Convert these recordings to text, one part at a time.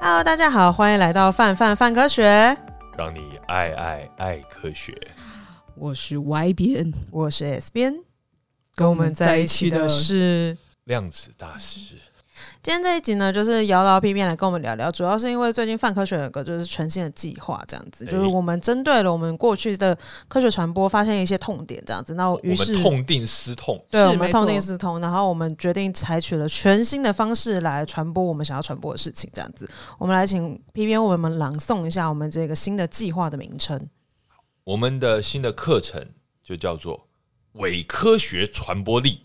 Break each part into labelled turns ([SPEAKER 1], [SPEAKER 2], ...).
[SPEAKER 1] Hello，大家好，欢迎来到范范范科学，
[SPEAKER 2] 让你爱爱爱科学。
[SPEAKER 3] 我是 Y 边，
[SPEAKER 1] 我是 S 边，跟我们在一起的是。
[SPEAKER 2] 量子大师，
[SPEAKER 1] 今天这一集呢，就是摇到 P 边来跟我们聊聊，主要是因为最近泛科学有个就是全新的计划，这样子，
[SPEAKER 2] 哎
[SPEAKER 1] 就是我们针对了我们过去的科学传播，发现一些痛点，这样子，那
[SPEAKER 2] 我
[SPEAKER 1] 嗯于
[SPEAKER 2] 们
[SPEAKER 1] 是
[SPEAKER 2] 痛定思痛，
[SPEAKER 1] 对
[SPEAKER 3] 是
[SPEAKER 1] 我们
[SPEAKER 3] 没
[SPEAKER 1] 痛
[SPEAKER 3] 错
[SPEAKER 1] 定思痛，然后我们决定采取了全新的方式来传播我们想要传播的事情，这样子，我们来请 P 边为我们朗诵一下我们这个新的计划的名称。
[SPEAKER 2] 我们的新的课程就叫做伪科学传播力，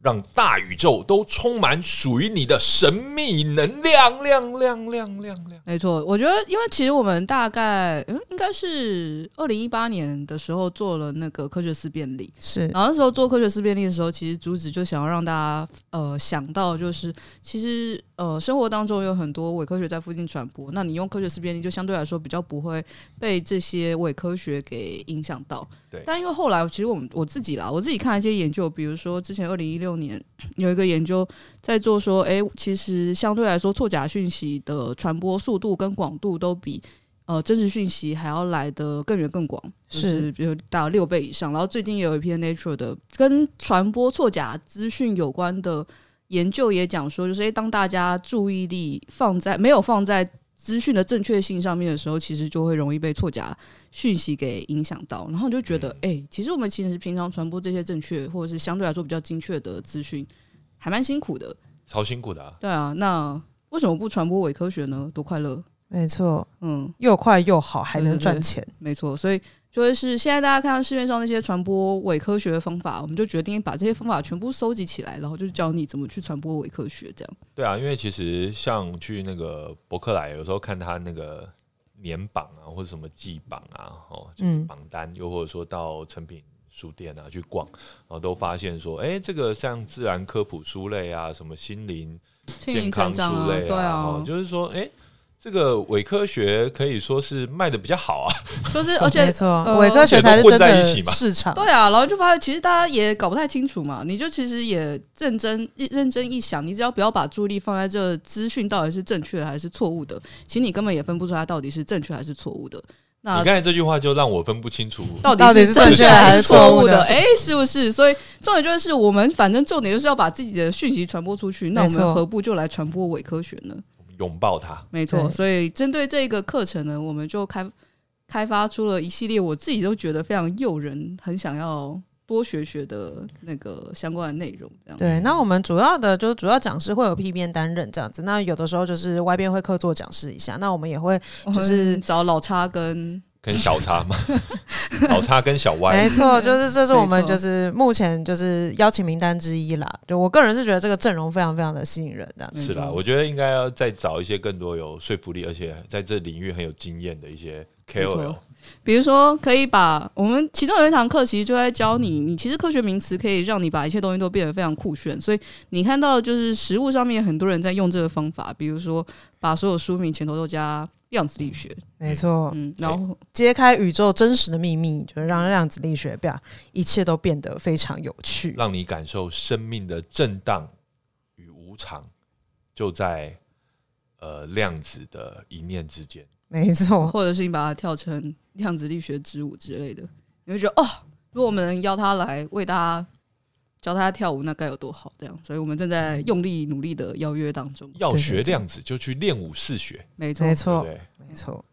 [SPEAKER 2] 让大宇宙都充满属于你的神秘能量，量量量量量。
[SPEAKER 3] 没错。我觉得，因为其实我们大概嗯，应该是二零一八年的时候做了那个科学思辨力，
[SPEAKER 1] 是
[SPEAKER 3] 然后那时候做科学思辨力的时候，其实主旨就想要让大家呃想到，就是其实呃生活当中有很多伪科学在附近传播，那你用科学思辨力就相对来说比较不会被这些伪科学给影响到。
[SPEAKER 2] 对
[SPEAKER 3] 但因为后来其实我们我自己啦，我自己看了一些研究，比如说之前二零一六年 有一个研究在做说，诶，其实相对来说错假讯息的传播速度跟广度都比呃真实讯息还要来得更远更广，就是是比如到六倍以上。然后最近也有一篇 Nature 的跟传播错假资讯有关的研究也讲说，就是诶，当大家注意力放在没有放在资讯的正确性上面的时候，其实就会容易被错假讯息给影响到。然后你就觉得，
[SPEAKER 2] 嗯
[SPEAKER 3] 诶，其实我们其实平常传播这些正确或者是相对来说比较精确的资讯，还蛮辛苦的。
[SPEAKER 2] 超辛苦的、啊，
[SPEAKER 3] 对啊，那为什么不传播伪科学呢？多快乐！
[SPEAKER 1] 没错，
[SPEAKER 3] 嗯，
[SPEAKER 1] 又快又好，还能
[SPEAKER 3] 对对
[SPEAKER 1] 赚
[SPEAKER 3] 对
[SPEAKER 1] 钱。
[SPEAKER 3] 没错，所以就会是现在大家看到市面上那些传播伪科学的方法，我们就决定把这些方法全部收集起来，然后就教你怎么去传播伪科学。这样
[SPEAKER 2] 对啊，因为其实像去那个伯克莱，有时候看他那个年榜啊，或者什么季榜啊，哦，就是
[SPEAKER 1] 嗯
[SPEAKER 2] 榜单，又或者说到成品书店啊去逛，然后都发现说，哎、这个像自然科普书类啊，什么心灵
[SPEAKER 3] 心
[SPEAKER 2] 健
[SPEAKER 3] 灵
[SPEAKER 2] 康
[SPEAKER 3] 成
[SPEAKER 2] 书
[SPEAKER 3] 长啊，
[SPEAKER 2] 类
[SPEAKER 3] 对
[SPEAKER 2] 哦
[SPEAKER 3] 啊，
[SPEAKER 2] 就是说，哎、这个伪科学可以说是卖的比较好啊，
[SPEAKER 3] 就是而且
[SPEAKER 1] 没错，
[SPEAKER 3] 呃
[SPEAKER 1] 伪科学才是真的市场。
[SPEAKER 3] 对啊，然后就发现其实大家也搞不太清楚嘛，你就其实也认真一认真一想，你只要不要把注意力放在这资讯到底是正确的还是错误的，其实你根本也分不出它到底是正确还是错误的。那
[SPEAKER 2] 你刚才这句话就让我分不清楚，
[SPEAKER 3] 到
[SPEAKER 1] 到底
[SPEAKER 3] 底
[SPEAKER 1] 是
[SPEAKER 3] 是
[SPEAKER 1] 正确
[SPEAKER 3] 正确
[SPEAKER 1] 还
[SPEAKER 3] 还
[SPEAKER 1] 是
[SPEAKER 3] 是
[SPEAKER 1] 错
[SPEAKER 3] 错
[SPEAKER 1] 误
[SPEAKER 3] 误
[SPEAKER 1] 的
[SPEAKER 3] 的？哎、是不是？所以重点就是我们反正重点就是要把自己的讯息传播出去，那我
[SPEAKER 1] 没错
[SPEAKER 3] 们何不就来传播伪科学呢？
[SPEAKER 2] 拥抱它。
[SPEAKER 3] 没
[SPEAKER 1] 对
[SPEAKER 3] 错，所以针对这个课程呢，我们就开开发出了一系列我自己都觉得非常诱人，很想要多学学的那个相关的内容。这样
[SPEAKER 1] 对，那我们主要的就是主要讲师会有 P 边担任这样子，那有的时候就是外边会客座讲师一下，那我们也会
[SPEAKER 3] 我
[SPEAKER 1] 就
[SPEAKER 3] 们
[SPEAKER 1] 是
[SPEAKER 3] 找老叉跟
[SPEAKER 2] 跟小叉 嘛，老叉跟小歪
[SPEAKER 3] 哎
[SPEAKER 1] 没，错，就是这是我们
[SPEAKER 3] 没错
[SPEAKER 1] 就是目前就是邀请名单之一啦。就我个人是觉得这个阵容非常非常的吸引人，这
[SPEAKER 3] 嗯
[SPEAKER 1] 样子。
[SPEAKER 2] 是啦，我觉得应该要再找一些更多有说服力，而且在这领域很有经验的一些
[SPEAKER 3] 错
[SPEAKER 2] KOL。
[SPEAKER 3] 比如说，可以把我们其中有一堂课，其实就在教你，你其实科学名词可以让你把一切东西都变得非常酷炫。所以你看到就是实物上面很多人在用这个方法，比如说把所有书名前头都加量子力学，
[SPEAKER 1] 没错，
[SPEAKER 3] 嗯，然后
[SPEAKER 1] 揭开宇宙真实的秘密，就是让量子力学表一切都变得非常有趣。
[SPEAKER 2] 让你感受生命的震荡与无常，就在呃量子的一念之间。
[SPEAKER 1] 没错，
[SPEAKER 3] 或者是你把它跳成量子力学之舞之类的，你会觉得哦，如果我们能邀他来为大家教他跳舞，那该有多好！这样，所以我们正在
[SPEAKER 1] 嗯
[SPEAKER 3] 用力努力的邀约当中。
[SPEAKER 2] 要
[SPEAKER 1] 对
[SPEAKER 2] 学
[SPEAKER 1] 对对
[SPEAKER 2] 量子，就去练武试学，
[SPEAKER 3] 没错
[SPEAKER 1] 没，
[SPEAKER 2] 对
[SPEAKER 1] 错
[SPEAKER 2] 不。对？
[SPEAKER 1] 没错。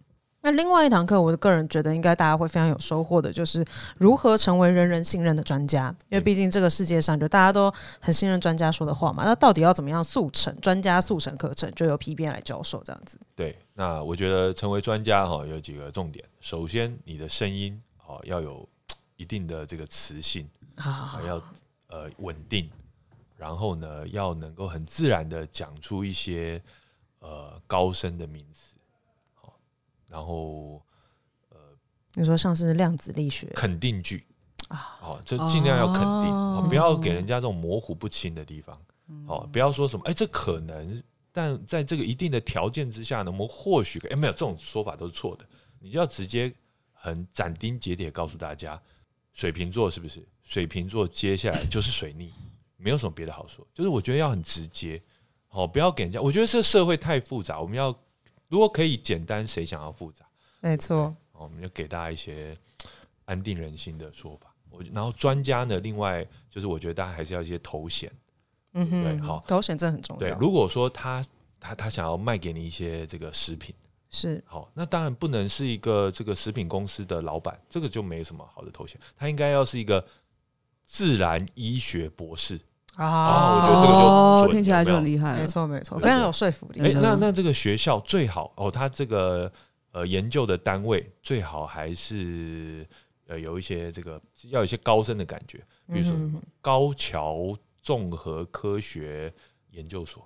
[SPEAKER 1] 那另外一堂课，我个人觉得应该大家会非常有收获的，就是如何成为人人信任的专家。因为毕竟这个世界上，就大家都很信任专家说的话嘛。那到底要怎么样速成专家速成课程，就由 P 边来教授这样子。
[SPEAKER 2] 对，那我觉得成为专家哈、有几个重点。首先，你的声音哦要有一定的这个磁性，
[SPEAKER 1] 啊
[SPEAKER 2] 啊，要呃稳定，然后呢要能够很自然的讲出一些呃高深的名词，好，然后
[SPEAKER 1] 你说像是量子力学
[SPEAKER 2] 肯定句
[SPEAKER 1] 啊，
[SPEAKER 2] 哦，这尽量要肯定，
[SPEAKER 3] 哦
[SPEAKER 2] 哦不要给人家这种模糊不清的地方，
[SPEAKER 1] 嗯
[SPEAKER 2] 哦，不要说什么哎、这可能，但在这个一定的条件之下呢，我们或许可以哎、没有这种说法都是错的，你就要直接很斩钉截铁地告诉大家，水瓶座是不是？水瓶座接下来就是水逆，没有什么别的好说，就是我觉得要很直接，哦，不要给人家，我觉得这社会太复杂，我们要。如果可以简单，谁想要复杂？
[SPEAKER 1] 没错，
[SPEAKER 2] 哦我们就给大家一些安定人心的说法。我然后专家呢，另外就是我觉得大家还是要一些头衔。
[SPEAKER 1] 嗯
[SPEAKER 2] 对
[SPEAKER 1] 哼，
[SPEAKER 2] 好
[SPEAKER 1] 头衔真的很重
[SPEAKER 2] 对，
[SPEAKER 1] 要，
[SPEAKER 2] 如果说他他他想要卖给你一些这个食品，
[SPEAKER 1] 是
[SPEAKER 2] 好，那当然不能是一个这个食品公司的老板，这个就没什么好的头衔，他应该要是一个自然医学博士。啊我觉得这个就
[SPEAKER 3] 哦
[SPEAKER 2] 准，
[SPEAKER 3] 听起来就很厉害
[SPEAKER 1] 没
[SPEAKER 3] 了。
[SPEAKER 1] 错没错，
[SPEAKER 2] 对
[SPEAKER 1] 非常有说服力。
[SPEAKER 2] 哎、
[SPEAKER 1] 真的
[SPEAKER 2] 那那这个学校最好哦，他这个呃研究的单位最好还是呃有一些这个要有一些高深的感觉，比如说
[SPEAKER 1] 嗯哼
[SPEAKER 2] 高桥综合科学研究所。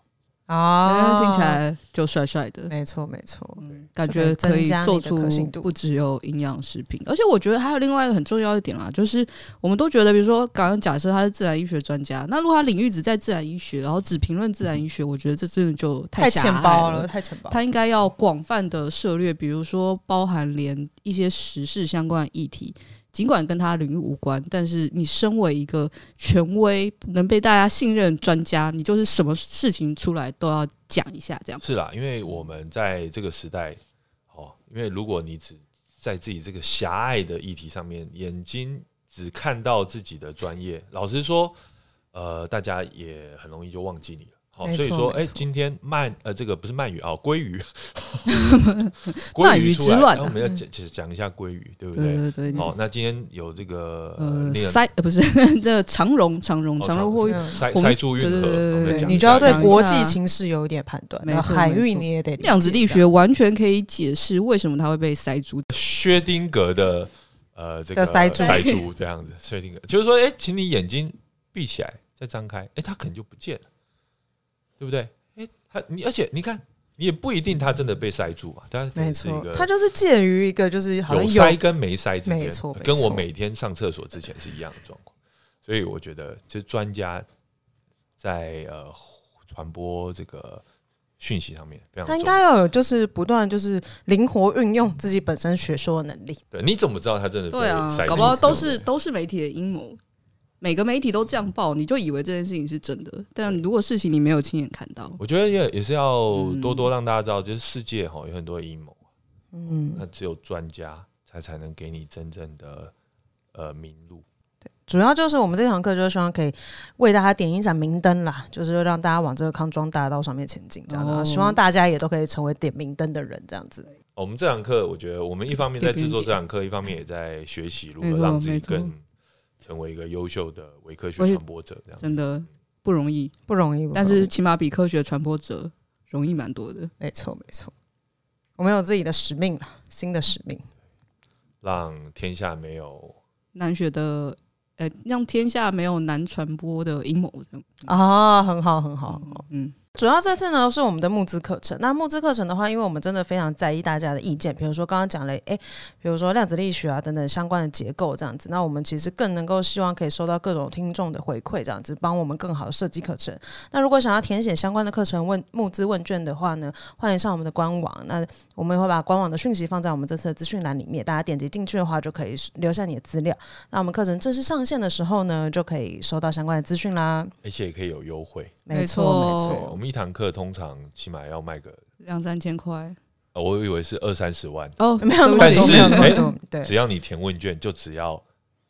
[SPEAKER 1] 啊，
[SPEAKER 3] 哎听起来就帅帅的，
[SPEAKER 1] 没错没错，
[SPEAKER 3] 嗯感觉可以做出不只有营养食品，而且我觉得还有另外一个很重要一点啦，就是我们都觉得，比如说刚刚假设他是自然医学专家，那如果他领域只在自然医学，然后只评论自然医学，我觉得这真的就
[SPEAKER 1] 嗯太
[SPEAKER 3] 狭隘
[SPEAKER 1] 浅薄了，。太浅薄。
[SPEAKER 3] 他应该要广泛的涉略，比如说包含连一些时事相关的议题，尽管跟他领域无关，但是你身为一个权威、能被大家信任的专家，你就是什么事情出来都要讲一下，这样。
[SPEAKER 2] 是啦，因为我们在这个时代，哦，因为如果你只在自己这个狭隘的议题上面，眼睛只看到自己的专业，老实说，呃，大家也很容易就忘记你了。好、
[SPEAKER 1] 没错
[SPEAKER 2] 所以说，
[SPEAKER 1] 没
[SPEAKER 2] 哎、
[SPEAKER 1] 错
[SPEAKER 2] 今天鳗呃，这个不是鳗鱼啊，哦鲑鱼，
[SPEAKER 3] 鳗鱼
[SPEAKER 2] 出来
[SPEAKER 3] 之乱啊
[SPEAKER 2] 那我们要讲讲讲一下鲑鱼，对不
[SPEAKER 3] 对
[SPEAKER 2] 对？
[SPEAKER 3] 对对，
[SPEAKER 2] 好、那今天有这个
[SPEAKER 3] 呃，
[SPEAKER 2] 令人
[SPEAKER 3] 塞呃不是 这个长荣长荣
[SPEAKER 2] 哦
[SPEAKER 3] 长荣
[SPEAKER 2] 长
[SPEAKER 3] 货
[SPEAKER 1] 这
[SPEAKER 3] 运，
[SPEAKER 1] 样
[SPEAKER 2] 塞
[SPEAKER 3] 我们
[SPEAKER 2] 塞住运河，
[SPEAKER 3] 对对对
[SPEAKER 2] 我们
[SPEAKER 3] 对
[SPEAKER 2] 讲
[SPEAKER 1] 你
[SPEAKER 2] 一
[SPEAKER 1] 就要
[SPEAKER 2] 下
[SPEAKER 1] 对
[SPEAKER 3] 讲一
[SPEAKER 1] 国
[SPEAKER 3] 下啊
[SPEAKER 1] 际情势有一点判断，
[SPEAKER 3] 没
[SPEAKER 1] 然后
[SPEAKER 3] 错
[SPEAKER 1] 海
[SPEAKER 3] 没
[SPEAKER 1] 运
[SPEAKER 3] 错
[SPEAKER 1] 你也得理解
[SPEAKER 3] 量子力
[SPEAKER 1] 这
[SPEAKER 3] 学
[SPEAKER 1] 样
[SPEAKER 3] 完全可以解释为什么它会被塞住。
[SPEAKER 2] 薛丁格的呃这个
[SPEAKER 1] 的塞住
[SPEAKER 2] 塞住这样子，薛丁格就是说，哎、请你眼睛闭起来，再张开，哎、它可能就不见了，对不对？哎、它你而且你看，你也不一定它真的被塞住嘛，但
[SPEAKER 1] 没
[SPEAKER 2] 是一
[SPEAKER 1] 错
[SPEAKER 2] 个，
[SPEAKER 1] 它就是介于一个就是好像
[SPEAKER 2] 有塞跟没塞之
[SPEAKER 1] 没
[SPEAKER 2] 间
[SPEAKER 1] 错，
[SPEAKER 2] 跟我
[SPEAKER 1] 没错
[SPEAKER 2] 每天上厕所之前是一样的状况，所以我觉得，就专家在呃传播这个讯息上面非常
[SPEAKER 1] 他
[SPEAKER 2] 重
[SPEAKER 1] 应
[SPEAKER 2] 要。
[SPEAKER 1] 该要有就是不断就是灵活运用自己本身学说的能力。
[SPEAKER 2] 对，你怎么知道它真的被
[SPEAKER 3] 对啊
[SPEAKER 2] 塞，住
[SPEAKER 3] 搞不好
[SPEAKER 2] 之后
[SPEAKER 3] 都是都是媒体的阴谋，每个媒体都这样报，你就以为这件事情是真的，但如果事情你没有亲眼看到，
[SPEAKER 2] 我觉得也也是要
[SPEAKER 3] 嗯
[SPEAKER 2] 多多让大家知道，就是世界哈有很多阴谋，
[SPEAKER 1] 嗯，
[SPEAKER 2] 那只有专家才才能给你真正的呃明路。
[SPEAKER 1] 主要就是我们这堂课就是希望可以为大家点一盏明灯啦，就是让大家往这个康庄大道上面前进，这样子。
[SPEAKER 3] 哦
[SPEAKER 1] 希望大家也都可以成为点明灯的人，这样子。
[SPEAKER 2] 哦我们这堂课，我觉得我们一方面在制作
[SPEAKER 3] 给冰姐
[SPEAKER 2] 这堂课，一方面也在学习如
[SPEAKER 3] 没
[SPEAKER 2] 何
[SPEAKER 3] 错
[SPEAKER 2] 让自己
[SPEAKER 3] 没错
[SPEAKER 2] 更成为一个优秀的伪科学
[SPEAKER 3] 我也
[SPEAKER 2] 传播者。这样
[SPEAKER 3] 真的不容易，
[SPEAKER 1] 不容易，不容易
[SPEAKER 3] 但是起码比科学传播者容易蛮多的。
[SPEAKER 1] 没错没错，我们有自己的使命了，新的使命。
[SPEAKER 2] 让天下没有
[SPEAKER 3] 难学的，呃，让天下没有难传播的阴谋。
[SPEAKER 1] 啊，很好，很好，很好。
[SPEAKER 3] 嗯，
[SPEAKER 1] 主要这次呢是我们的募资课程。那募资课程的话，因为我们真的非常在意大家的意见，比如说刚刚讲了，诶，比如说量子力学啊等等相关的结构这样子。那我们其实更能够希望可以收到各种听众的回馈，这样子帮我们更好的设计课程。那如果想要填写相关的课程问募资问卷的话呢，欢迎上我们的官网。那我们也会把官网的讯息放在我们这次的资讯栏里面，大家点击进去的话就可以留下你的资料。那我们课程正式上线的时候呢，就可以收到相关的资讯啦。
[SPEAKER 2] 而且也可以有优惠。
[SPEAKER 1] 没
[SPEAKER 3] 没
[SPEAKER 1] 错，
[SPEAKER 3] 错
[SPEAKER 1] 没
[SPEAKER 3] 哦
[SPEAKER 2] 对，我
[SPEAKER 1] 错。
[SPEAKER 2] 们一堂课通常起码要卖个，
[SPEAKER 3] 两三千块
[SPEAKER 2] 呃我以为是二三十万，
[SPEAKER 3] 哦，
[SPEAKER 1] 没有那
[SPEAKER 3] 对
[SPEAKER 1] 么
[SPEAKER 3] 不
[SPEAKER 2] 但
[SPEAKER 3] 起
[SPEAKER 1] 多，
[SPEAKER 2] 是
[SPEAKER 1] 没有那么
[SPEAKER 2] 哎
[SPEAKER 1] 多，对，
[SPEAKER 2] 只要你填问卷就只要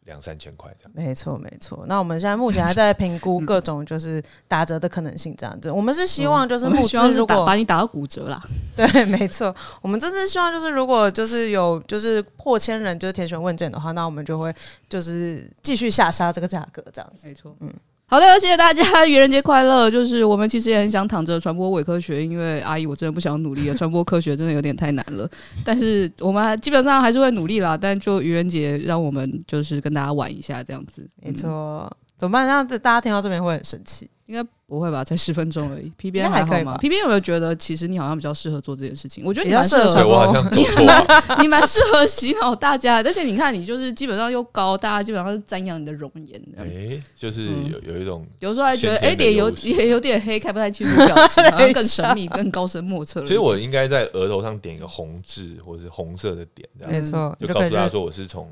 [SPEAKER 2] 两三千块这样。
[SPEAKER 1] 没错，没错。那我们现在目前还在评估各种就是打折的可能性，这样子。我们是希望就是
[SPEAKER 3] 嗯我们
[SPEAKER 1] 募
[SPEAKER 3] 希
[SPEAKER 1] 资
[SPEAKER 3] 望，是
[SPEAKER 1] 如
[SPEAKER 3] 打
[SPEAKER 1] 果
[SPEAKER 3] 把你打到骨折啦。
[SPEAKER 1] 对， 没错，我们这次希望就是如果就是有就是破千人就是填选问卷的话，那我们就会就是继续下杀这个价格，这样子。
[SPEAKER 3] 没错，
[SPEAKER 1] 嗯
[SPEAKER 3] 嗯。好的，谢谢大家，愚人节快乐！就是我们其实也很想躺着传播伪科学，因为阿姨我真的不想努力了，传播科学真的有点太难了。 但是我们还基本上还是会努力啦，但就愚人节让我们就是跟大家玩一下这样子，
[SPEAKER 1] 没
[SPEAKER 3] 嗯，
[SPEAKER 1] 错，怎么办？这样子大家听到这边会很生气。
[SPEAKER 3] 应该不会吧？才十分钟而已，P B
[SPEAKER 1] 应
[SPEAKER 3] N
[SPEAKER 1] 该还
[SPEAKER 3] 还
[SPEAKER 1] 可
[SPEAKER 3] 好
[SPEAKER 1] 以
[SPEAKER 3] 吗
[SPEAKER 1] 吧
[SPEAKER 3] ？P B N 有没有觉得其实你好像比较适合做这件事情？我觉得
[SPEAKER 1] 比
[SPEAKER 3] 你
[SPEAKER 1] 较适
[SPEAKER 3] 蛮适
[SPEAKER 1] 合
[SPEAKER 2] 对
[SPEAKER 1] 传
[SPEAKER 3] 合，
[SPEAKER 1] 播
[SPEAKER 2] 我好像走错了，
[SPEAKER 3] 你蛮适合洗脑大家的，而且你看你就是基本上又高，大家基本上是赞扬你的容颜的。
[SPEAKER 2] 哎，就是
[SPEAKER 3] 嗯
[SPEAKER 2] 有有一种
[SPEAKER 3] 有时候还觉得，哎、
[SPEAKER 2] 先天的
[SPEAKER 3] 脸有
[SPEAKER 2] 优势
[SPEAKER 3] 也有点黑，看不太清楚表情，好像更神 秘、更高深莫测了。
[SPEAKER 2] 其实我应该在额头上点一个红痣，或者是红色的点，这样
[SPEAKER 1] 没错，
[SPEAKER 2] 嗯
[SPEAKER 1] 你
[SPEAKER 2] 就
[SPEAKER 1] 就
[SPEAKER 2] 告
[SPEAKER 1] 可
[SPEAKER 2] 诉
[SPEAKER 1] 以
[SPEAKER 2] 大家
[SPEAKER 1] 去
[SPEAKER 2] 说我是从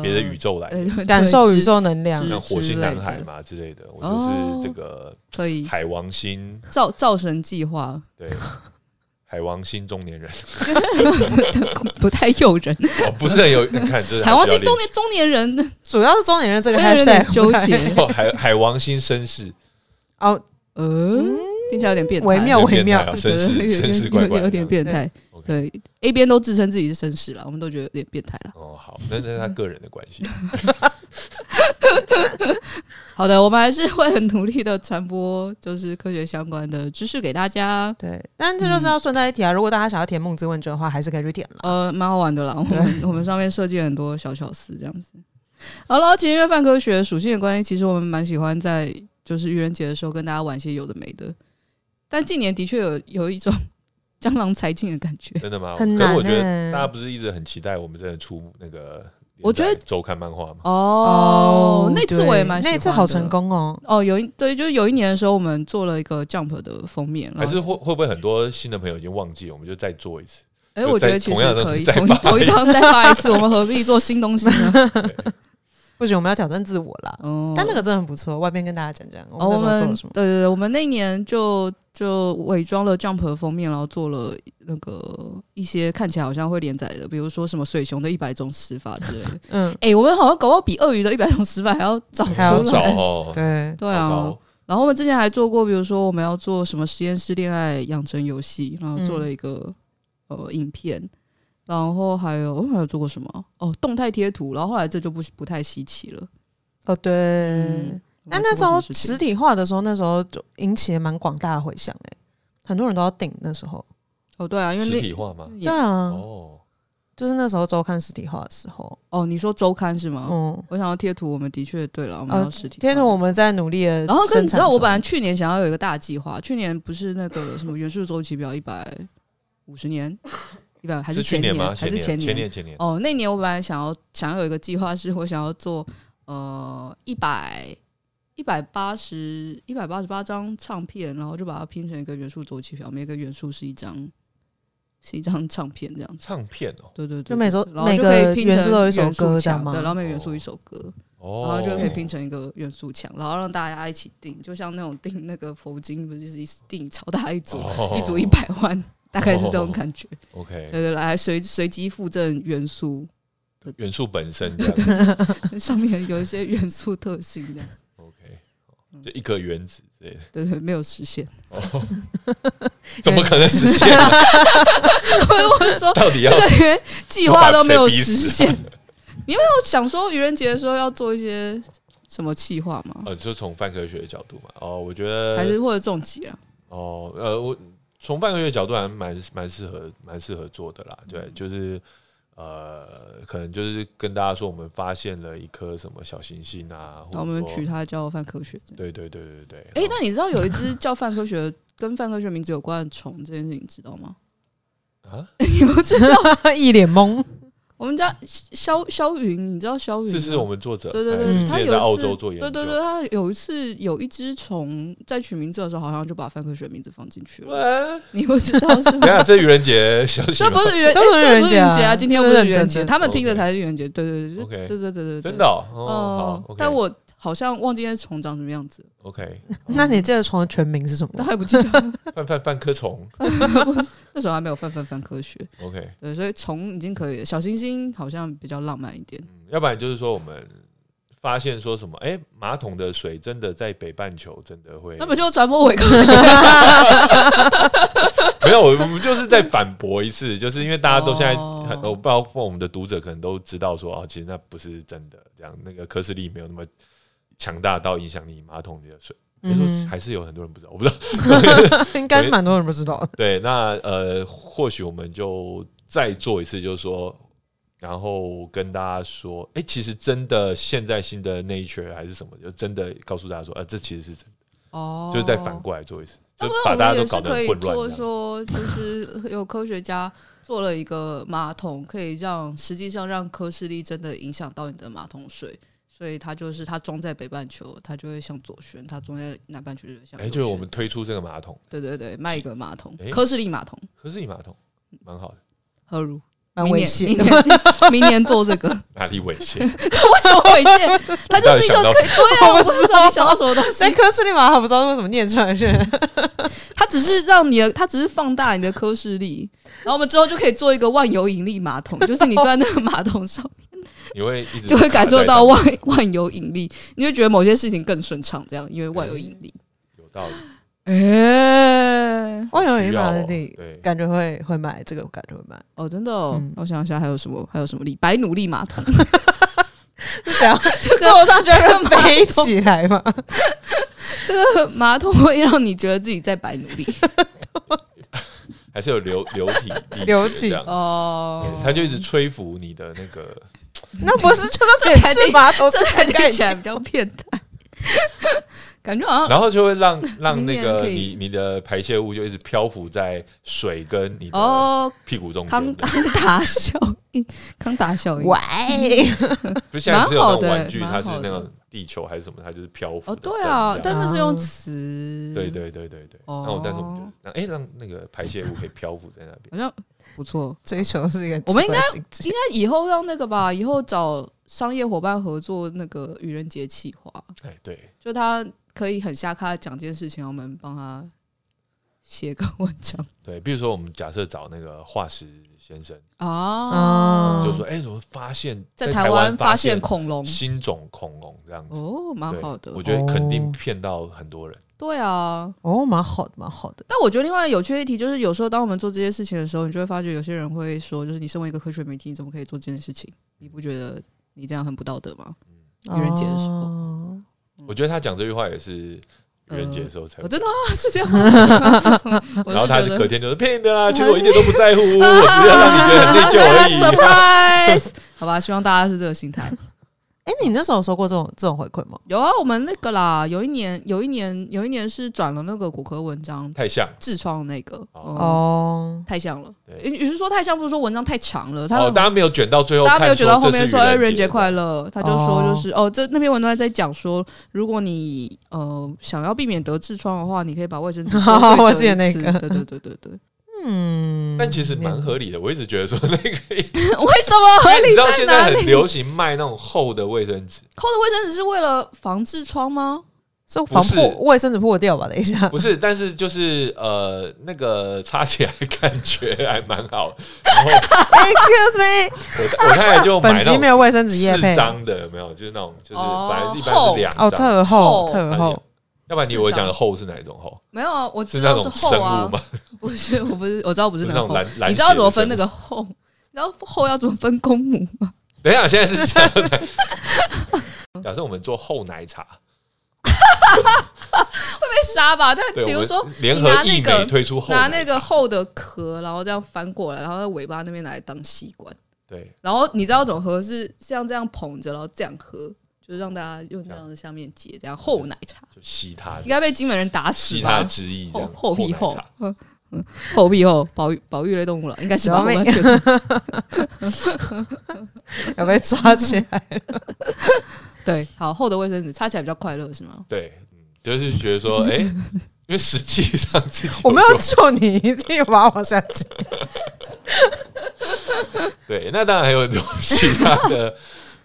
[SPEAKER 2] 别的宇宙来的，
[SPEAKER 3] 呃
[SPEAKER 1] 感受宇，
[SPEAKER 3] 对
[SPEAKER 1] 宙能量
[SPEAKER 3] 是。
[SPEAKER 2] 像火星男孩
[SPEAKER 3] 之类的哦
[SPEAKER 2] 嘛之类的，我就是这个
[SPEAKER 3] 可以
[SPEAKER 2] 海王星，
[SPEAKER 3] 造造神计划，
[SPEAKER 2] 对，海王星中年人，
[SPEAKER 3] 不太诱人。
[SPEAKER 2] 哦，不是很有， 你看，就是
[SPEAKER 3] 海王星
[SPEAKER 2] 还是要
[SPEAKER 3] 中年中年人，
[SPEAKER 1] 主要是中年人这个
[SPEAKER 3] 真的有点
[SPEAKER 1] hashtag
[SPEAKER 3] 纠
[SPEAKER 1] 不太
[SPEAKER 3] 结
[SPEAKER 2] 练。哦，海海王星绅 士，
[SPEAKER 1] 哦，
[SPEAKER 3] 呃，听起来有点变态，
[SPEAKER 1] 微妙
[SPEAKER 2] 有点
[SPEAKER 1] 微妙
[SPEAKER 2] 变态啊
[SPEAKER 3] 对
[SPEAKER 2] 绅士绅士
[SPEAKER 3] 有
[SPEAKER 2] 怪
[SPEAKER 3] 有
[SPEAKER 2] 怪
[SPEAKER 3] 有
[SPEAKER 2] 的，
[SPEAKER 3] 有点变态。
[SPEAKER 2] OK。
[SPEAKER 3] 对，A 边都自称自己是绅士了，我们都觉得有点变态了。
[SPEAKER 2] 哦，好，那那是他个人的关系。
[SPEAKER 3] 好的，我们还是会很努力的传播，就是科学相关的知识给大家。
[SPEAKER 1] 对，但这
[SPEAKER 2] 嗯
[SPEAKER 1] 就是要顺带一提啊，如果大家想要填梦之问卷的话，还是可以去填了。
[SPEAKER 3] 呃，蛮好玩的啦。我们我们上面设计了很多小巧思，这样子。好了，其实因为泛科学属性的关系，其实我们蛮喜欢在就是愚人节的时候跟大家玩一些有的没的。但近年的确有有一种 江郎才尽的感觉。
[SPEAKER 2] 真的吗？
[SPEAKER 1] 很
[SPEAKER 2] 可是我
[SPEAKER 1] 难
[SPEAKER 2] 觉得
[SPEAKER 1] 欸
[SPEAKER 2] 大家不是一直很期待我们真的出那个，
[SPEAKER 3] 我觉得
[SPEAKER 2] 周刊漫画吗？
[SPEAKER 3] 哦，那次
[SPEAKER 1] 对
[SPEAKER 3] 我也蛮喜欢
[SPEAKER 1] 那
[SPEAKER 3] 的
[SPEAKER 1] 次好成。功哦。
[SPEAKER 3] 哦，有一对，就是有一年的时候，我们做了一个 Jump 的封面，
[SPEAKER 2] 还
[SPEAKER 3] 然
[SPEAKER 2] 是
[SPEAKER 3] 后
[SPEAKER 2] 会会不会很多新的朋友已经忘记，我们就再做一次？
[SPEAKER 3] 哎、
[SPEAKER 2] 就
[SPEAKER 3] 我觉
[SPEAKER 2] 再
[SPEAKER 3] 得其
[SPEAKER 2] 同
[SPEAKER 3] 实
[SPEAKER 2] 样的
[SPEAKER 3] 可以
[SPEAKER 2] 再
[SPEAKER 3] 同一
[SPEAKER 2] 发
[SPEAKER 3] 同一
[SPEAKER 2] 一
[SPEAKER 3] 张再发一次，我们何必做新东西呢？
[SPEAKER 1] 不行，我们要挑战自我啦。
[SPEAKER 3] 哦，
[SPEAKER 1] 但那个真的很不错，外面跟大家讲讲
[SPEAKER 3] 哦，
[SPEAKER 1] 我
[SPEAKER 3] 我
[SPEAKER 1] 们那时候做了
[SPEAKER 3] 们对
[SPEAKER 1] 什么。
[SPEAKER 3] 对对，我们那一年就就伪装了 Jump 的封面，然后做了那个一些看起来好像会连载的，比如说什么水熊的一百种死法之类 的。
[SPEAKER 1] 嗯，
[SPEAKER 3] 哎、我们好像搞到比鳄鱼的一百种死法还要早出
[SPEAKER 1] 还要
[SPEAKER 2] 好
[SPEAKER 3] 来
[SPEAKER 2] 早。哦，
[SPEAKER 1] 对，
[SPEAKER 3] 对
[SPEAKER 2] 糟
[SPEAKER 3] 啊
[SPEAKER 2] 糕，，
[SPEAKER 3] 然后我们之前还做过，比如说我们要做什么实验室恋爱养成游戏，然后做了一个、呃影片，然后还有我们还有做过什么啊？哦，动态贴图，然后后来这就不不太稀奇了。
[SPEAKER 1] 哦对
[SPEAKER 3] 嗯。，
[SPEAKER 1] 但那时候实
[SPEAKER 3] 实
[SPEAKER 1] 体化的时候，那时候就引起了蛮广大的回响哎，很多人都要订那时候。
[SPEAKER 3] 哦对啊，因为
[SPEAKER 2] 实
[SPEAKER 3] 那嗯
[SPEAKER 2] 体化吗？
[SPEAKER 1] 对
[SPEAKER 3] 也
[SPEAKER 1] 啊，
[SPEAKER 2] 哦，
[SPEAKER 1] 就是那时候周刊实体化的时候，
[SPEAKER 3] 哦，你说周刊是吗？
[SPEAKER 1] 嗯，哦
[SPEAKER 3] 我想要贴图，我们的确对了，我们要实体化
[SPEAKER 1] 贴图我们在努力的。
[SPEAKER 3] 然后跟你知道，我本来去年想要有一个大计划，去年不是那个什么元素周期表一百五十年，一百还
[SPEAKER 2] 是去
[SPEAKER 3] 前
[SPEAKER 2] 吗？
[SPEAKER 3] 还
[SPEAKER 2] 前
[SPEAKER 3] 是
[SPEAKER 2] 前
[SPEAKER 3] 前
[SPEAKER 2] 年前年
[SPEAKER 3] 哦，那年我本来想要想要有一个计划，是我想要做呃一百一百八十一百八十八张唱片，然后就把它拼成一个元素周期表，每个元素是一张是一张唱片这样子。
[SPEAKER 2] 唱片哦，
[SPEAKER 3] 对对对，
[SPEAKER 1] 就每周
[SPEAKER 3] 对然后就可
[SPEAKER 1] 每
[SPEAKER 3] 以
[SPEAKER 1] 个
[SPEAKER 3] 拼
[SPEAKER 1] 元素
[SPEAKER 3] 成
[SPEAKER 1] 都有一首
[SPEAKER 3] 元素
[SPEAKER 1] 歌这样
[SPEAKER 3] 墙
[SPEAKER 1] 吗
[SPEAKER 3] 对，然后每个元素一首歌，然
[SPEAKER 2] 哦，
[SPEAKER 3] 后就可以拼成一个元素墙，然后让大家一起订，就像那种订那个佛经，不是就是一订超大一组，
[SPEAKER 2] 哦
[SPEAKER 3] 一组一百万，大概是这种感觉。对
[SPEAKER 2] OK
[SPEAKER 3] 对，来随随机附赠元素，
[SPEAKER 2] 元素本身这 样
[SPEAKER 3] 上面有一些元素特性 的，
[SPEAKER 2] OK，就
[SPEAKER 3] 嗯
[SPEAKER 2] 一颗原子之类的，
[SPEAKER 3] 对对，没有实现。
[SPEAKER 2] 哦，怎么可能实现呢？
[SPEAKER 3] 我是说，
[SPEAKER 2] 到底
[SPEAKER 3] 这
[SPEAKER 2] 要
[SPEAKER 3] 个连计划都没有实现
[SPEAKER 2] 我把谁逼死。
[SPEAKER 3] 你没有想说愚人节的时候要做一些什么计划吗？
[SPEAKER 2] 呃，就从泛科学的角度嘛，哦，我觉得
[SPEAKER 3] 还是或者重疾啊？
[SPEAKER 2] 哦，呃，我从半个月角度还蛮蛮适合蛮适合做的啦。
[SPEAKER 3] 嗯
[SPEAKER 2] 对，就是呃，可能就是跟大家说，我们发现了一颗什么小行星啊，或
[SPEAKER 3] 然后我
[SPEAKER 2] 者
[SPEAKER 3] 们
[SPEAKER 2] 说
[SPEAKER 3] 取它叫泛科学。
[SPEAKER 2] 对对对对对。
[SPEAKER 3] 哎、
[SPEAKER 2] 然后
[SPEAKER 3] 那你知道有一只叫泛科学、跟泛科学名字有关的虫这件事情，你知道吗？
[SPEAKER 2] 啊，
[SPEAKER 3] 你不 知道？
[SPEAKER 1] 一脸懵，
[SPEAKER 3] 我们家肖肖云，你知道肖云吗？
[SPEAKER 2] 这是我们作者
[SPEAKER 3] 对对
[SPEAKER 2] 哎
[SPEAKER 3] 对，
[SPEAKER 2] 之
[SPEAKER 1] 嗯
[SPEAKER 3] 他
[SPEAKER 2] 前
[SPEAKER 3] 有
[SPEAKER 2] 在
[SPEAKER 3] 一
[SPEAKER 2] 澳
[SPEAKER 3] 次
[SPEAKER 2] 洲做研究，
[SPEAKER 3] 对对对，他有一次有一只虫在取名字的时候，好像就把范科学名字放进去了。
[SPEAKER 2] 喂。
[SPEAKER 3] 你不知道 是
[SPEAKER 2] 等一
[SPEAKER 3] 吗？
[SPEAKER 2] 下，这愚人节消息
[SPEAKER 3] 这
[SPEAKER 2] 吗
[SPEAKER 3] 不是愚人，
[SPEAKER 1] 这
[SPEAKER 3] 这
[SPEAKER 1] 不是
[SPEAKER 3] 这
[SPEAKER 1] 愚
[SPEAKER 3] 不
[SPEAKER 1] 人
[SPEAKER 3] 是
[SPEAKER 1] 节
[SPEAKER 3] 愚
[SPEAKER 1] 啊
[SPEAKER 3] 人节啊！今天
[SPEAKER 1] 这
[SPEAKER 3] 不
[SPEAKER 1] 是
[SPEAKER 3] 是
[SPEAKER 1] 认
[SPEAKER 3] 愚人节，
[SPEAKER 1] 真的
[SPEAKER 3] 他们听的
[SPEAKER 2] 哦 OK
[SPEAKER 3] 才是愚人节。对对对
[SPEAKER 2] OK
[SPEAKER 3] 对对对对对，
[SPEAKER 2] 真的哦哦
[SPEAKER 3] 哦。，
[SPEAKER 2] 好
[SPEAKER 3] 嗯，
[SPEAKER 2] ，OK，
[SPEAKER 3] 但我好像忘记那虫长什么样子，
[SPEAKER 2] OK
[SPEAKER 1] 那你这个虫的全名是什
[SPEAKER 3] 但
[SPEAKER 1] 么？
[SPEAKER 3] 还不记得。
[SPEAKER 2] 犯犯犯科虫
[SPEAKER 3] 那时候还没有泛泛泛科学，
[SPEAKER 2] ，OK，
[SPEAKER 3] 对，所以虫已经可以了。小行星好像比较浪漫一点。
[SPEAKER 2] 嗯要不然就是说我们发现说什么，哎，马桶的水真的在北半球真的会，
[SPEAKER 3] 那不就传播伪科学？
[SPEAKER 2] 没有，我我们就是在反驳一次，就是因为大家都现在，
[SPEAKER 3] 哦
[SPEAKER 2] 很我包括我们的读者可能都知道说，哦，其实那不是真的，这样那个科氏力没有那么强大到影响你马桶里的水。就
[SPEAKER 1] 嗯
[SPEAKER 2] 说还是有很多人不知道，我不知道。
[SPEAKER 1] 应该是蛮多人不知道的。
[SPEAKER 2] 对，那呃，或许我们就再做一次，就是说，然后跟大家说，哎、其实真的现在新的 Nature 还是什么，就真的告诉大家说，呃，这其实是真的，
[SPEAKER 3] 哦，
[SPEAKER 2] 就是再反过来做一次，
[SPEAKER 3] 那
[SPEAKER 2] 就
[SPEAKER 3] 不
[SPEAKER 2] 把
[SPEAKER 3] 然
[SPEAKER 2] 大
[SPEAKER 3] 我
[SPEAKER 2] 家都搞得
[SPEAKER 3] 们也是可
[SPEAKER 2] 很
[SPEAKER 3] 以
[SPEAKER 2] 混
[SPEAKER 3] 做
[SPEAKER 2] 乱这样。
[SPEAKER 3] 说，就是有科学家做了一个马桶，可以让实际上让科氏力真的影响到你的马桶水，所以它就是它装在北半球，它就会向左旋；它装在南半球就会向
[SPEAKER 2] 哎、
[SPEAKER 3] 右旋。
[SPEAKER 2] 就是我们推出这个马桶，
[SPEAKER 3] 对对对，卖一个马桶
[SPEAKER 2] 哎，
[SPEAKER 3] 科氏力马桶，
[SPEAKER 2] 科氏力马桶，蛮好的。
[SPEAKER 3] 何如？
[SPEAKER 1] 蛮
[SPEAKER 3] 明
[SPEAKER 1] 危
[SPEAKER 3] 年
[SPEAKER 1] 险
[SPEAKER 3] 明
[SPEAKER 1] 的。
[SPEAKER 3] 年明年做这个，
[SPEAKER 2] 哪里危险？
[SPEAKER 3] 他为什么猥亵？他就是一个
[SPEAKER 2] 到底想到
[SPEAKER 3] 对啊，我不知道你想到什么东西
[SPEAKER 1] 那，科斯利马还不知道为什么念出来是，
[SPEAKER 3] 他只是让你的，他只是放大你的科视力，然后我们之后就可以做一个万有引力马 桶，就是你坐在那个马桶 上，
[SPEAKER 2] 你会一直
[SPEAKER 3] 就会感受
[SPEAKER 2] 卡在上
[SPEAKER 3] 到
[SPEAKER 2] 面
[SPEAKER 3] 万万有引力，你会觉得某些事情更顺畅，这样因为万有引力。
[SPEAKER 2] 有道理，
[SPEAKER 3] 哎、
[SPEAKER 1] 我有一
[SPEAKER 2] 需要
[SPEAKER 1] 马
[SPEAKER 2] 哦
[SPEAKER 1] 的地，
[SPEAKER 2] 对，
[SPEAKER 1] 感觉会会买这个，感觉会买。
[SPEAKER 3] 哦，真的哦，
[SPEAKER 1] 嗯
[SPEAKER 3] 我想一下还有什么，还有什么力？白努力马桶，
[SPEAKER 1] 这样坐上去会飞起来吗？
[SPEAKER 3] 这个马桶会让你觉得自己在白努 力
[SPEAKER 2] 还是有流流体力学
[SPEAKER 1] 流体
[SPEAKER 2] 这样子
[SPEAKER 3] 哦
[SPEAKER 2] 对。他就一直吹服你的那个，
[SPEAKER 1] 那不是就
[SPEAKER 3] 这
[SPEAKER 1] 跟
[SPEAKER 3] 才
[SPEAKER 1] 免治马桶
[SPEAKER 3] 这才
[SPEAKER 1] 是
[SPEAKER 3] 听
[SPEAKER 1] 概
[SPEAKER 3] 起来
[SPEAKER 1] 念？
[SPEAKER 3] 比较变态， 感觉 好像
[SPEAKER 2] 然后就会让让
[SPEAKER 3] 明
[SPEAKER 2] 那
[SPEAKER 3] 年
[SPEAKER 2] 个
[SPEAKER 3] 可以
[SPEAKER 2] 你你的排泄物就一直漂浮在水跟你的
[SPEAKER 3] 哦，
[SPEAKER 2] 屁股中
[SPEAKER 3] 康
[SPEAKER 2] 间。
[SPEAKER 3] 康达效应，康达效应。
[SPEAKER 1] 喂，
[SPEAKER 2] 不是现在不是有那
[SPEAKER 3] 蛮好
[SPEAKER 2] 种
[SPEAKER 3] 的
[SPEAKER 2] 玩具，
[SPEAKER 3] 蛮
[SPEAKER 2] 它
[SPEAKER 3] 好
[SPEAKER 2] 是
[SPEAKER 3] 的
[SPEAKER 2] 那种地球还是什么，它就是漂浮
[SPEAKER 3] 哦，
[SPEAKER 2] 的
[SPEAKER 3] 对啊，
[SPEAKER 2] 这
[SPEAKER 3] 但
[SPEAKER 2] 样
[SPEAKER 3] 那是用词，
[SPEAKER 2] 对，对对对对。
[SPEAKER 3] 哦
[SPEAKER 2] 然后但是我们就让哎让那个排泄物可以漂浮在那边。
[SPEAKER 3] 好像不错。
[SPEAKER 1] 追求是一个
[SPEAKER 3] 我们应该
[SPEAKER 1] 奇怪的境界
[SPEAKER 3] 应该以后让那个吧，以后找商业伙伴合作那个愚人节企划，
[SPEAKER 2] 哎，对，
[SPEAKER 3] 就他可以很下咖地讲件事情，我们帮他写个文章
[SPEAKER 2] 对，比如说我们假设找那个化石先生，
[SPEAKER 3] 啊，
[SPEAKER 2] 就说哎，怎么发现
[SPEAKER 3] 在
[SPEAKER 2] 台
[SPEAKER 3] 湾
[SPEAKER 2] 发
[SPEAKER 3] 现恐龙
[SPEAKER 2] 新种恐龙这样子？
[SPEAKER 3] 哦，蛮
[SPEAKER 2] 对
[SPEAKER 3] 好的
[SPEAKER 2] 我，觉得肯定
[SPEAKER 1] 哦
[SPEAKER 2] 骗到很多人。
[SPEAKER 3] 对啊。
[SPEAKER 1] 哦，蛮好的，蛮好的。
[SPEAKER 3] 但我觉得另外有趣的一题就是，有时候当我们做这些事情的时候，你就会发觉有些人会说，就是你身为一个科学媒体，你怎么可以做这件事情？你不觉得你这样很不道德吗？愚人节的时候
[SPEAKER 1] 候，
[SPEAKER 2] 我觉得他讲这句话也是愚人节的时候才会，
[SPEAKER 3] 嗯我真的吗？ 是这样吗？
[SPEAKER 2] 然后他就隔
[SPEAKER 3] 可
[SPEAKER 2] 天就是骗你的啊啦，其实我一点都 不在乎，我只是要让你觉得很内疚而已。
[SPEAKER 3] 啊 Surprise！好吧，希望大家是这个心态。
[SPEAKER 1] 哎，你那时候有收过这种这种回馈吗？
[SPEAKER 3] 有啊，我们那个啦，有一年，有一年，有一年是转了那个骨科文章
[SPEAKER 2] 太像
[SPEAKER 3] 痔疮那个哦，
[SPEAKER 1] 哦，
[SPEAKER 3] 太像了。
[SPEAKER 2] 对
[SPEAKER 3] 也是说太像，不是说文章太长了，他
[SPEAKER 2] 哦，大家没有卷到最后，
[SPEAKER 3] 大家没有觉得后面说“
[SPEAKER 2] 哎，
[SPEAKER 3] 哎，愚人节快乐”，他就说
[SPEAKER 1] 哦
[SPEAKER 3] 就是哦这那篇文章在讲说，如果你呃想要避免得痔疮的话，你可以把卫 生纸多对折
[SPEAKER 1] 我记得那
[SPEAKER 3] 一次
[SPEAKER 1] 个
[SPEAKER 3] 对对对对对。
[SPEAKER 1] 嗯，
[SPEAKER 2] 但其实蛮合理的。我一直觉得说那个，
[SPEAKER 3] 为什么合
[SPEAKER 2] 你
[SPEAKER 3] 理
[SPEAKER 2] 知道现
[SPEAKER 3] 在
[SPEAKER 2] 在
[SPEAKER 3] 哪
[SPEAKER 2] 很
[SPEAKER 3] 里？
[SPEAKER 2] 流行卖那种厚的卫生纸，
[SPEAKER 3] 抠的卫生纸是为了防痔疮吗？
[SPEAKER 1] 是防
[SPEAKER 2] 不是
[SPEAKER 1] 破卫生纸破掉吧？等一下，
[SPEAKER 2] 不是，但是就是呃，那个擦起来感觉还蛮好。然后
[SPEAKER 1] Excuse me，
[SPEAKER 2] 我我太太就买
[SPEAKER 1] 本集没
[SPEAKER 2] 那
[SPEAKER 1] 有卫生
[SPEAKER 2] 种
[SPEAKER 1] 纸叶
[SPEAKER 2] 四
[SPEAKER 1] 配
[SPEAKER 2] 张的，有没有，就是那种就是
[SPEAKER 3] 哦
[SPEAKER 2] 本来一般
[SPEAKER 3] 厚
[SPEAKER 2] 是两
[SPEAKER 1] 哦，
[SPEAKER 2] 张，啊
[SPEAKER 1] 特厚
[SPEAKER 3] 厚
[SPEAKER 1] 特厚，
[SPEAKER 2] 要不然你
[SPEAKER 3] 四
[SPEAKER 2] 我讲
[SPEAKER 3] 张
[SPEAKER 2] 的厚是哪一种厚？
[SPEAKER 3] 没有啊，我
[SPEAKER 2] 是
[SPEAKER 3] 知
[SPEAKER 2] 那
[SPEAKER 3] 道是
[SPEAKER 2] 种
[SPEAKER 3] 厚
[SPEAKER 2] 生
[SPEAKER 3] 啊
[SPEAKER 2] 物，吗？
[SPEAKER 3] 不是，我不是，我知道不是
[SPEAKER 2] 就是
[SPEAKER 3] 那
[SPEAKER 2] 那
[SPEAKER 3] 个
[SPEAKER 2] 种
[SPEAKER 3] 厚
[SPEAKER 2] 蓝，蓝
[SPEAKER 3] 你知道怎么分
[SPEAKER 2] 血的
[SPEAKER 3] 那个厚？你知道厚要怎么分公母吗？
[SPEAKER 2] 等一下，现在是这样 的。假设我们做厚奶茶，
[SPEAKER 3] 被杀吧？但
[SPEAKER 2] 对，
[SPEAKER 3] 比
[SPEAKER 2] 我
[SPEAKER 3] 如
[SPEAKER 2] 们
[SPEAKER 3] 说
[SPEAKER 2] 联
[SPEAKER 3] 你
[SPEAKER 2] 合
[SPEAKER 3] 拿
[SPEAKER 2] 益
[SPEAKER 3] 那个
[SPEAKER 2] 美推出厚
[SPEAKER 3] 拿
[SPEAKER 2] 奶
[SPEAKER 3] 那
[SPEAKER 2] 茶
[SPEAKER 3] 个厚的壳，然后这样翻过来，然后在尾巴那边拿来当吸管。
[SPEAKER 2] 对，
[SPEAKER 3] 然后你知道怎么喝？是像这样捧着，然后这样喝，就是让大家用这样的下面接，这样厚奶茶。
[SPEAKER 2] 就吸它
[SPEAKER 3] 应，该被金门人打死
[SPEAKER 2] 吸它
[SPEAKER 3] 吧？
[SPEAKER 2] 之意，这
[SPEAKER 3] 厚
[SPEAKER 2] 样
[SPEAKER 3] 厚屁
[SPEAKER 2] 厚
[SPEAKER 3] 厚
[SPEAKER 2] 奶茶。，
[SPEAKER 3] 嗯嗯厚屁厚，保育保育类动物了，应该是吧？
[SPEAKER 1] 小
[SPEAKER 3] 我
[SPEAKER 1] 妹
[SPEAKER 3] 完全
[SPEAKER 1] 有被抓起来。
[SPEAKER 3] 对，好厚的卫生纸擦起来比较快乐是吗？
[SPEAKER 2] 对，嗯就是觉得说，哎，因为实际上自己
[SPEAKER 1] 我没
[SPEAKER 2] 做
[SPEAKER 1] 有救你，一定要把我往下讲。
[SPEAKER 2] 对，那当然还有很多其他的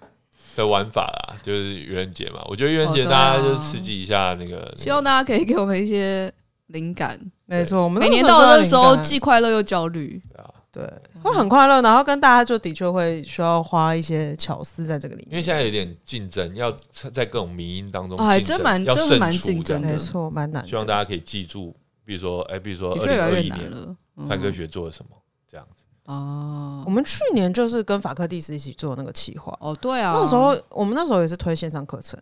[SPEAKER 2] 的玩法啦，就是愚人节嘛。我觉得愚人节
[SPEAKER 3] 哦
[SPEAKER 2] 大
[SPEAKER 3] 对啊
[SPEAKER 2] 家就刺激一下那个，
[SPEAKER 3] 希望大家可以给我们一些灵感。
[SPEAKER 1] 没错，我们
[SPEAKER 3] 每年到了这个时候，既快乐又焦虑。
[SPEAKER 2] 对啊
[SPEAKER 1] 对会很快乐，然后跟大家就的确会需要花一些巧思在这个里
[SPEAKER 2] 因为
[SPEAKER 1] 面。
[SPEAKER 2] 现在有点竞争，要在各种迷音当中
[SPEAKER 3] 哦还
[SPEAKER 2] 竞争
[SPEAKER 3] 真蛮
[SPEAKER 2] 要
[SPEAKER 3] 真的
[SPEAKER 2] 胜
[SPEAKER 3] 蛮
[SPEAKER 2] 出
[SPEAKER 3] 竞
[SPEAKER 2] 这样
[SPEAKER 3] 争
[SPEAKER 1] 没
[SPEAKER 3] 的
[SPEAKER 1] 错，蛮难的。
[SPEAKER 2] 希望大家可以记住，比如说，哎、比如说
[SPEAKER 3] 的
[SPEAKER 2] 二
[SPEAKER 3] 确越
[SPEAKER 2] 零
[SPEAKER 3] 来
[SPEAKER 2] 二
[SPEAKER 3] 越
[SPEAKER 2] 一
[SPEAKER 3] 难
[SPEAKER 2] 年
[SPEAKER 3] 了。
[SPEAKER 2] 范科
[SPEAKER 3] 嗯
[SPEAKER 2] 学做了什么，这样子。
[SPEAKER 3] 哦
[SPEAKER 1] 我们去年就是跟法克蒂斯一起做那个企划，
[SPEAKER 3] 哦，对啊，
[SPEAKER 1] 那时候我们那时候也是推线上课程，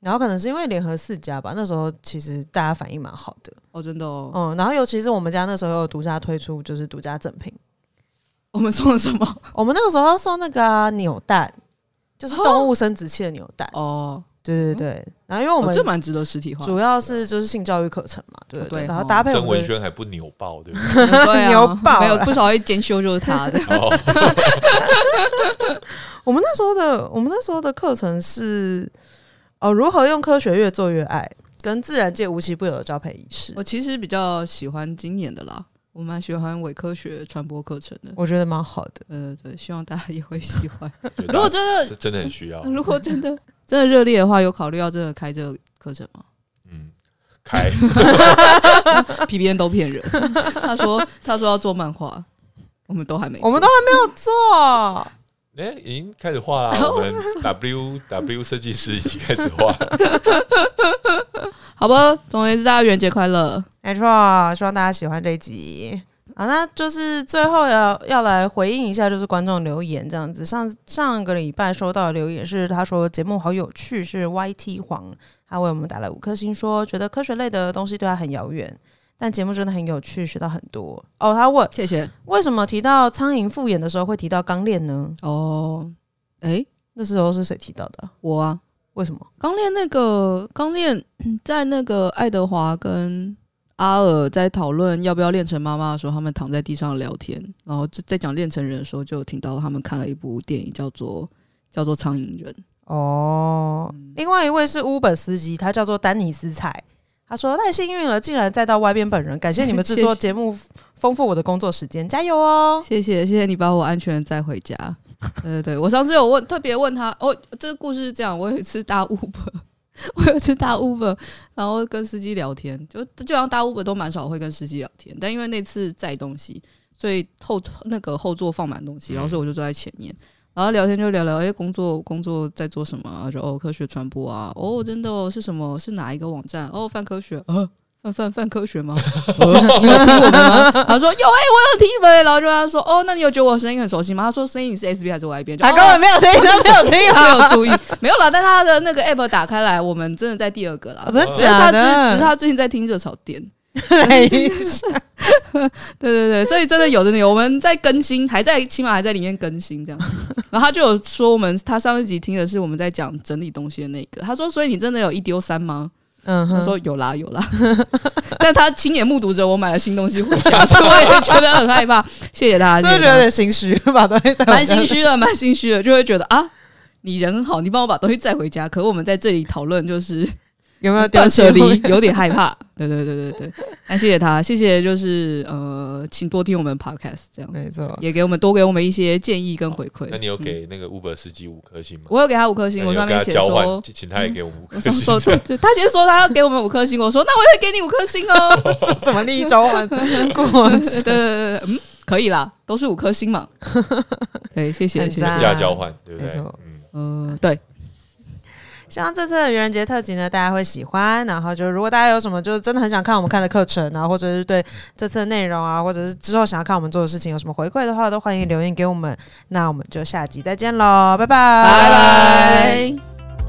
[SPEAKER 1] 然后可能是因为联合四家吧，那时候其实大家反应蛮好的，
[SPEAKER 3] 哦，真的哦，
[SPEAKER 1] 嗯，然后尤其是我们家那时候有独家推出就是独家赠品，
[SPEAKER 3] 我们送了什么？
[SPEAKER 1] 我们那个时候要送那个啊、扭蛋，就是动物生殖器的扭蛋，
[SPEAKER 3] 哦，
[SPEAKER 1] 对对对，然后因为我
[SPEAKER 3] 哦
[SPEAKER 1] 们
[SPEAKER 3] 这蛮值得实体化的，
[SPEAKER 1] 主要是就是性教育课程嘛，对
[SPEAKER 3] 哦对
[SPEAKER 1] 对，然
[SPEAKER 3] 哦
[SPEAKER 1] 后搭配我
[SPEAKER 2] 郑
[SPEAKER 1] 们
[SPEAKER 2] 文
[SPEAKER 1] 的
[SPEAKER 2] 轩还不扭爆，对不 对？
[SPEAKER 3] 对 啊，
[SPEAKER 1] 牛爆了
[SPEAKER 3] 没有不少一兼修就是他的
[SPEAKER 2] 哦，
[SPEAKER 1] 我们那时候的我们那时候的课程是哦，如何用科学越做越爱，跟自然界无奇不有的交配仪式。
[SPEAKER 3] 我其实比较喜欢今年的啦，我蛮喜欢伪科学传播课程的。
[SPEAKER 1] 我觉得蛮好的。
[SPEAKER 3] 呃，对，希望大家也会 喜欢。
[SPEAKER 2] 觉得
[SPEAKER 3] 如果嗯真
[SPEAKER 2] 这真的很需要
[SPEAKER 3] 的，，如果真的真的热烈的话，有考虑要真的开这个课程吗
[SPEAKER 2] 嗯，开
[SPEAKER 3] ？P B N 都骗人，他说他说要做漫画，我们都还没做，
[SPEAKER 1] 我们都还没有做，
[SPEAKER 2] 哎已经开始画 啦，我们 W W 设计师已经开始画了，
[SPEAKER 3] 好吧。总而言之，大家元节快乐。
[SPEAKER 1] 没错，希望大家喜欢这一集。啊，那就是最后要要来回应一下，就是观众留言这样子。上上个礼拜收到的留言是，他说节目好有趣，是 YT 黄，他为我们打了五颗星说，觉得科学类的东西对他很遥远，但节目真的很有趣，学到很多。哦，他问
[SPEAKER 3] 谢谢
[SPEAKER 1] 为什么提到苍蝇复眼的时候会提到钢链呢？
[SPEAKER 3] 哦。诶，
[SPEAKER 1] 那时候是谁提到的？
[SPEAKER 3] 我啊，
[SPEAKER 1] 为什么？
[SPEAKER 3] 刚练那个刚练在那个爱德华跟阿尔在讨论要不要练成妈妈的时候，他们躺在地上聊天，然后就在讲练成人的时候，就听到他们看了一部电影叫做叫做《苍蝇人》。
[SPEAKER 1] 哦，另外一位是 Uber 司机，他叫做丹尼斯菜。他说：“太幸运了，竟然再到外边本人，感谢你们制
[SPEAKER 3] 谢
[SPEAKER 1] 作
[SPEAKER 3] 谢
[SPEAKER 1] 节目，丰富我的工作时间，加油哦！
[SPEAKER 3] 谢谢谢谢你把我安全地载回家。对对对，我上次有问特别问他，哦，这个故事是这样，我有一次搭 Uber，我 有一次搭 Uber，然后跟司机聊天，就就像搭 Uber 都蛮少会跟司机聊天，但因为那次载东西，所以后那个后座放满东西，然后所以我就坐在前面。然后聊天就聊聊，哎、工作工作在做什么、啊？就哦，科学传播啊，哦，真的哦，是什么？是哪一个网站？哦，泛科学，
[SPEAKER 1] 啊
[SPEAKER 3] 呃，泛泛泛科学吗？呃你有听我们吗？他说有哎、我有听你们欸。然后就跟他说，哦，那你有觉得我声音很熟悉吗？他说声音你是 S B 还是 Y 边？就
[SPEAKER 1] 他根
[SPEAKER 3] 哦
[SPEAKER 1] 本没有听，他没有听
[SPEAKER 3] 他
[SPEAKER 1] 啊！
[SPEAKER 3] 没有注意，没有啦。但他的那个 app 打开来，我们真的在第二个啦
[SPEAKER 1] 啊哦我。真的
[SPEAKER 3] 只是他
[SPEAKER 1] 假
[SPEAKER 3] 只哦只是
[SPEAKER 1] 的？
[SPEAKER 3] 他最近在听热炒店，
[SPEAKER 1] 对
[SPEAKER 3] 对对对，所以真的有真的有，我们在更新，还在起码还在里面更新这样。 然后他就有说，我们他上一集听的是我们在讲整理东西的那个，他说，所以你真的有一丢三吗？
[SPEAKER 1] 嗯
[SPEAKER 3] 他
[SPEAKER 1] 哼，
[SPEAKER 3] 说有啦有 啦，但他亲眼目睹着我买了新东西回家，所以我也觉得很害怕。谢谢大家，
[SPEAKER 1] 所以觉
[SPEAKER 3] 谢谢大家
[SPEAKER 1] 得有点心虚，把东西在我
[SPEAKER 3] 蛮
[SPEAKER 1] 家
[SPEAKER 3] 心虚的，蛮心虚的，就会觉得啊，你人很好，你帮我把东西载回家，可我们在这里讨论就是
[SPEAKER 1] 有没有丢
[SPEAKER 3] 断舍离
[SPEAKER 1] 弃物，
[SPEAKER 3] 有点害怕。对对对对对，那谢谢他，谢谢就是呃，请多听我们 podcast，这样
[SPEAKER 1] 没错，
[SPEAKER 3] 也给我们多给我们一些建议跟回馈。
[SPEAKER 2] 啊那你有
[SPEAKER 3] 嗯？
[SPEAKER 2] 给那个 Uber 司机五颗星吗？
[SPEAKER 3] 我有给他五颗星，
[SPEAKER 2] 那
[SPEAKER 3] 我
[SPEAKER 2] 你有
[SPEAKER 3] 上
[SPEAKER 2] 跟
[SPEAKER 3] 面
[SPEAKER 2] 他
[SPEAKER 3] 写
[SPEAKER 2] 交换，
[SPEAKER 3] 说。嗯
[SPEAKER 2] 请请他也给我们五颗
[SPEAKER 3] 我上
[SPEAKER 2] 星。
[SPEAKER 3] 说对对，他先说他要给我们五颗星，我说那我也给你五颗星 哦。
[SPEAKER 1] 这什么利益交 换过
[SPEAKER 3] 对
[SPEAKER 1] 程
[SPEAKER 3] 对对，对对嗯，可以啦，都是五颗 星嘛。对，谢谢
[SPEAKER 1] 很
[SPEAKER 3] 谢
[SPEAKER 1] 赞
[SPEAKER 3] 谢
[SPEAKER 1] 啊，
[SPEAKER 2] 价交换，对不
[SPEAKER 1] 没
[SPEAKER 2] 对
[SPEAKER 1] 错？
[SPEAKER 2] 嗯，
[SPEAKER 3] 嗯，对，
[SPEAKER 1] 希望这次的愚人节特辑呢，大家会喜欢。然后就如果大家有什么就是真的很想看我们看的课程啊，或者是对这次的内容啊，或者是之后想要看我们做的事情有什么回馈的话，都欢迎留言给我们。那我们就下集再见喽，拜拜，
[SPEAKER 3] 拜拜。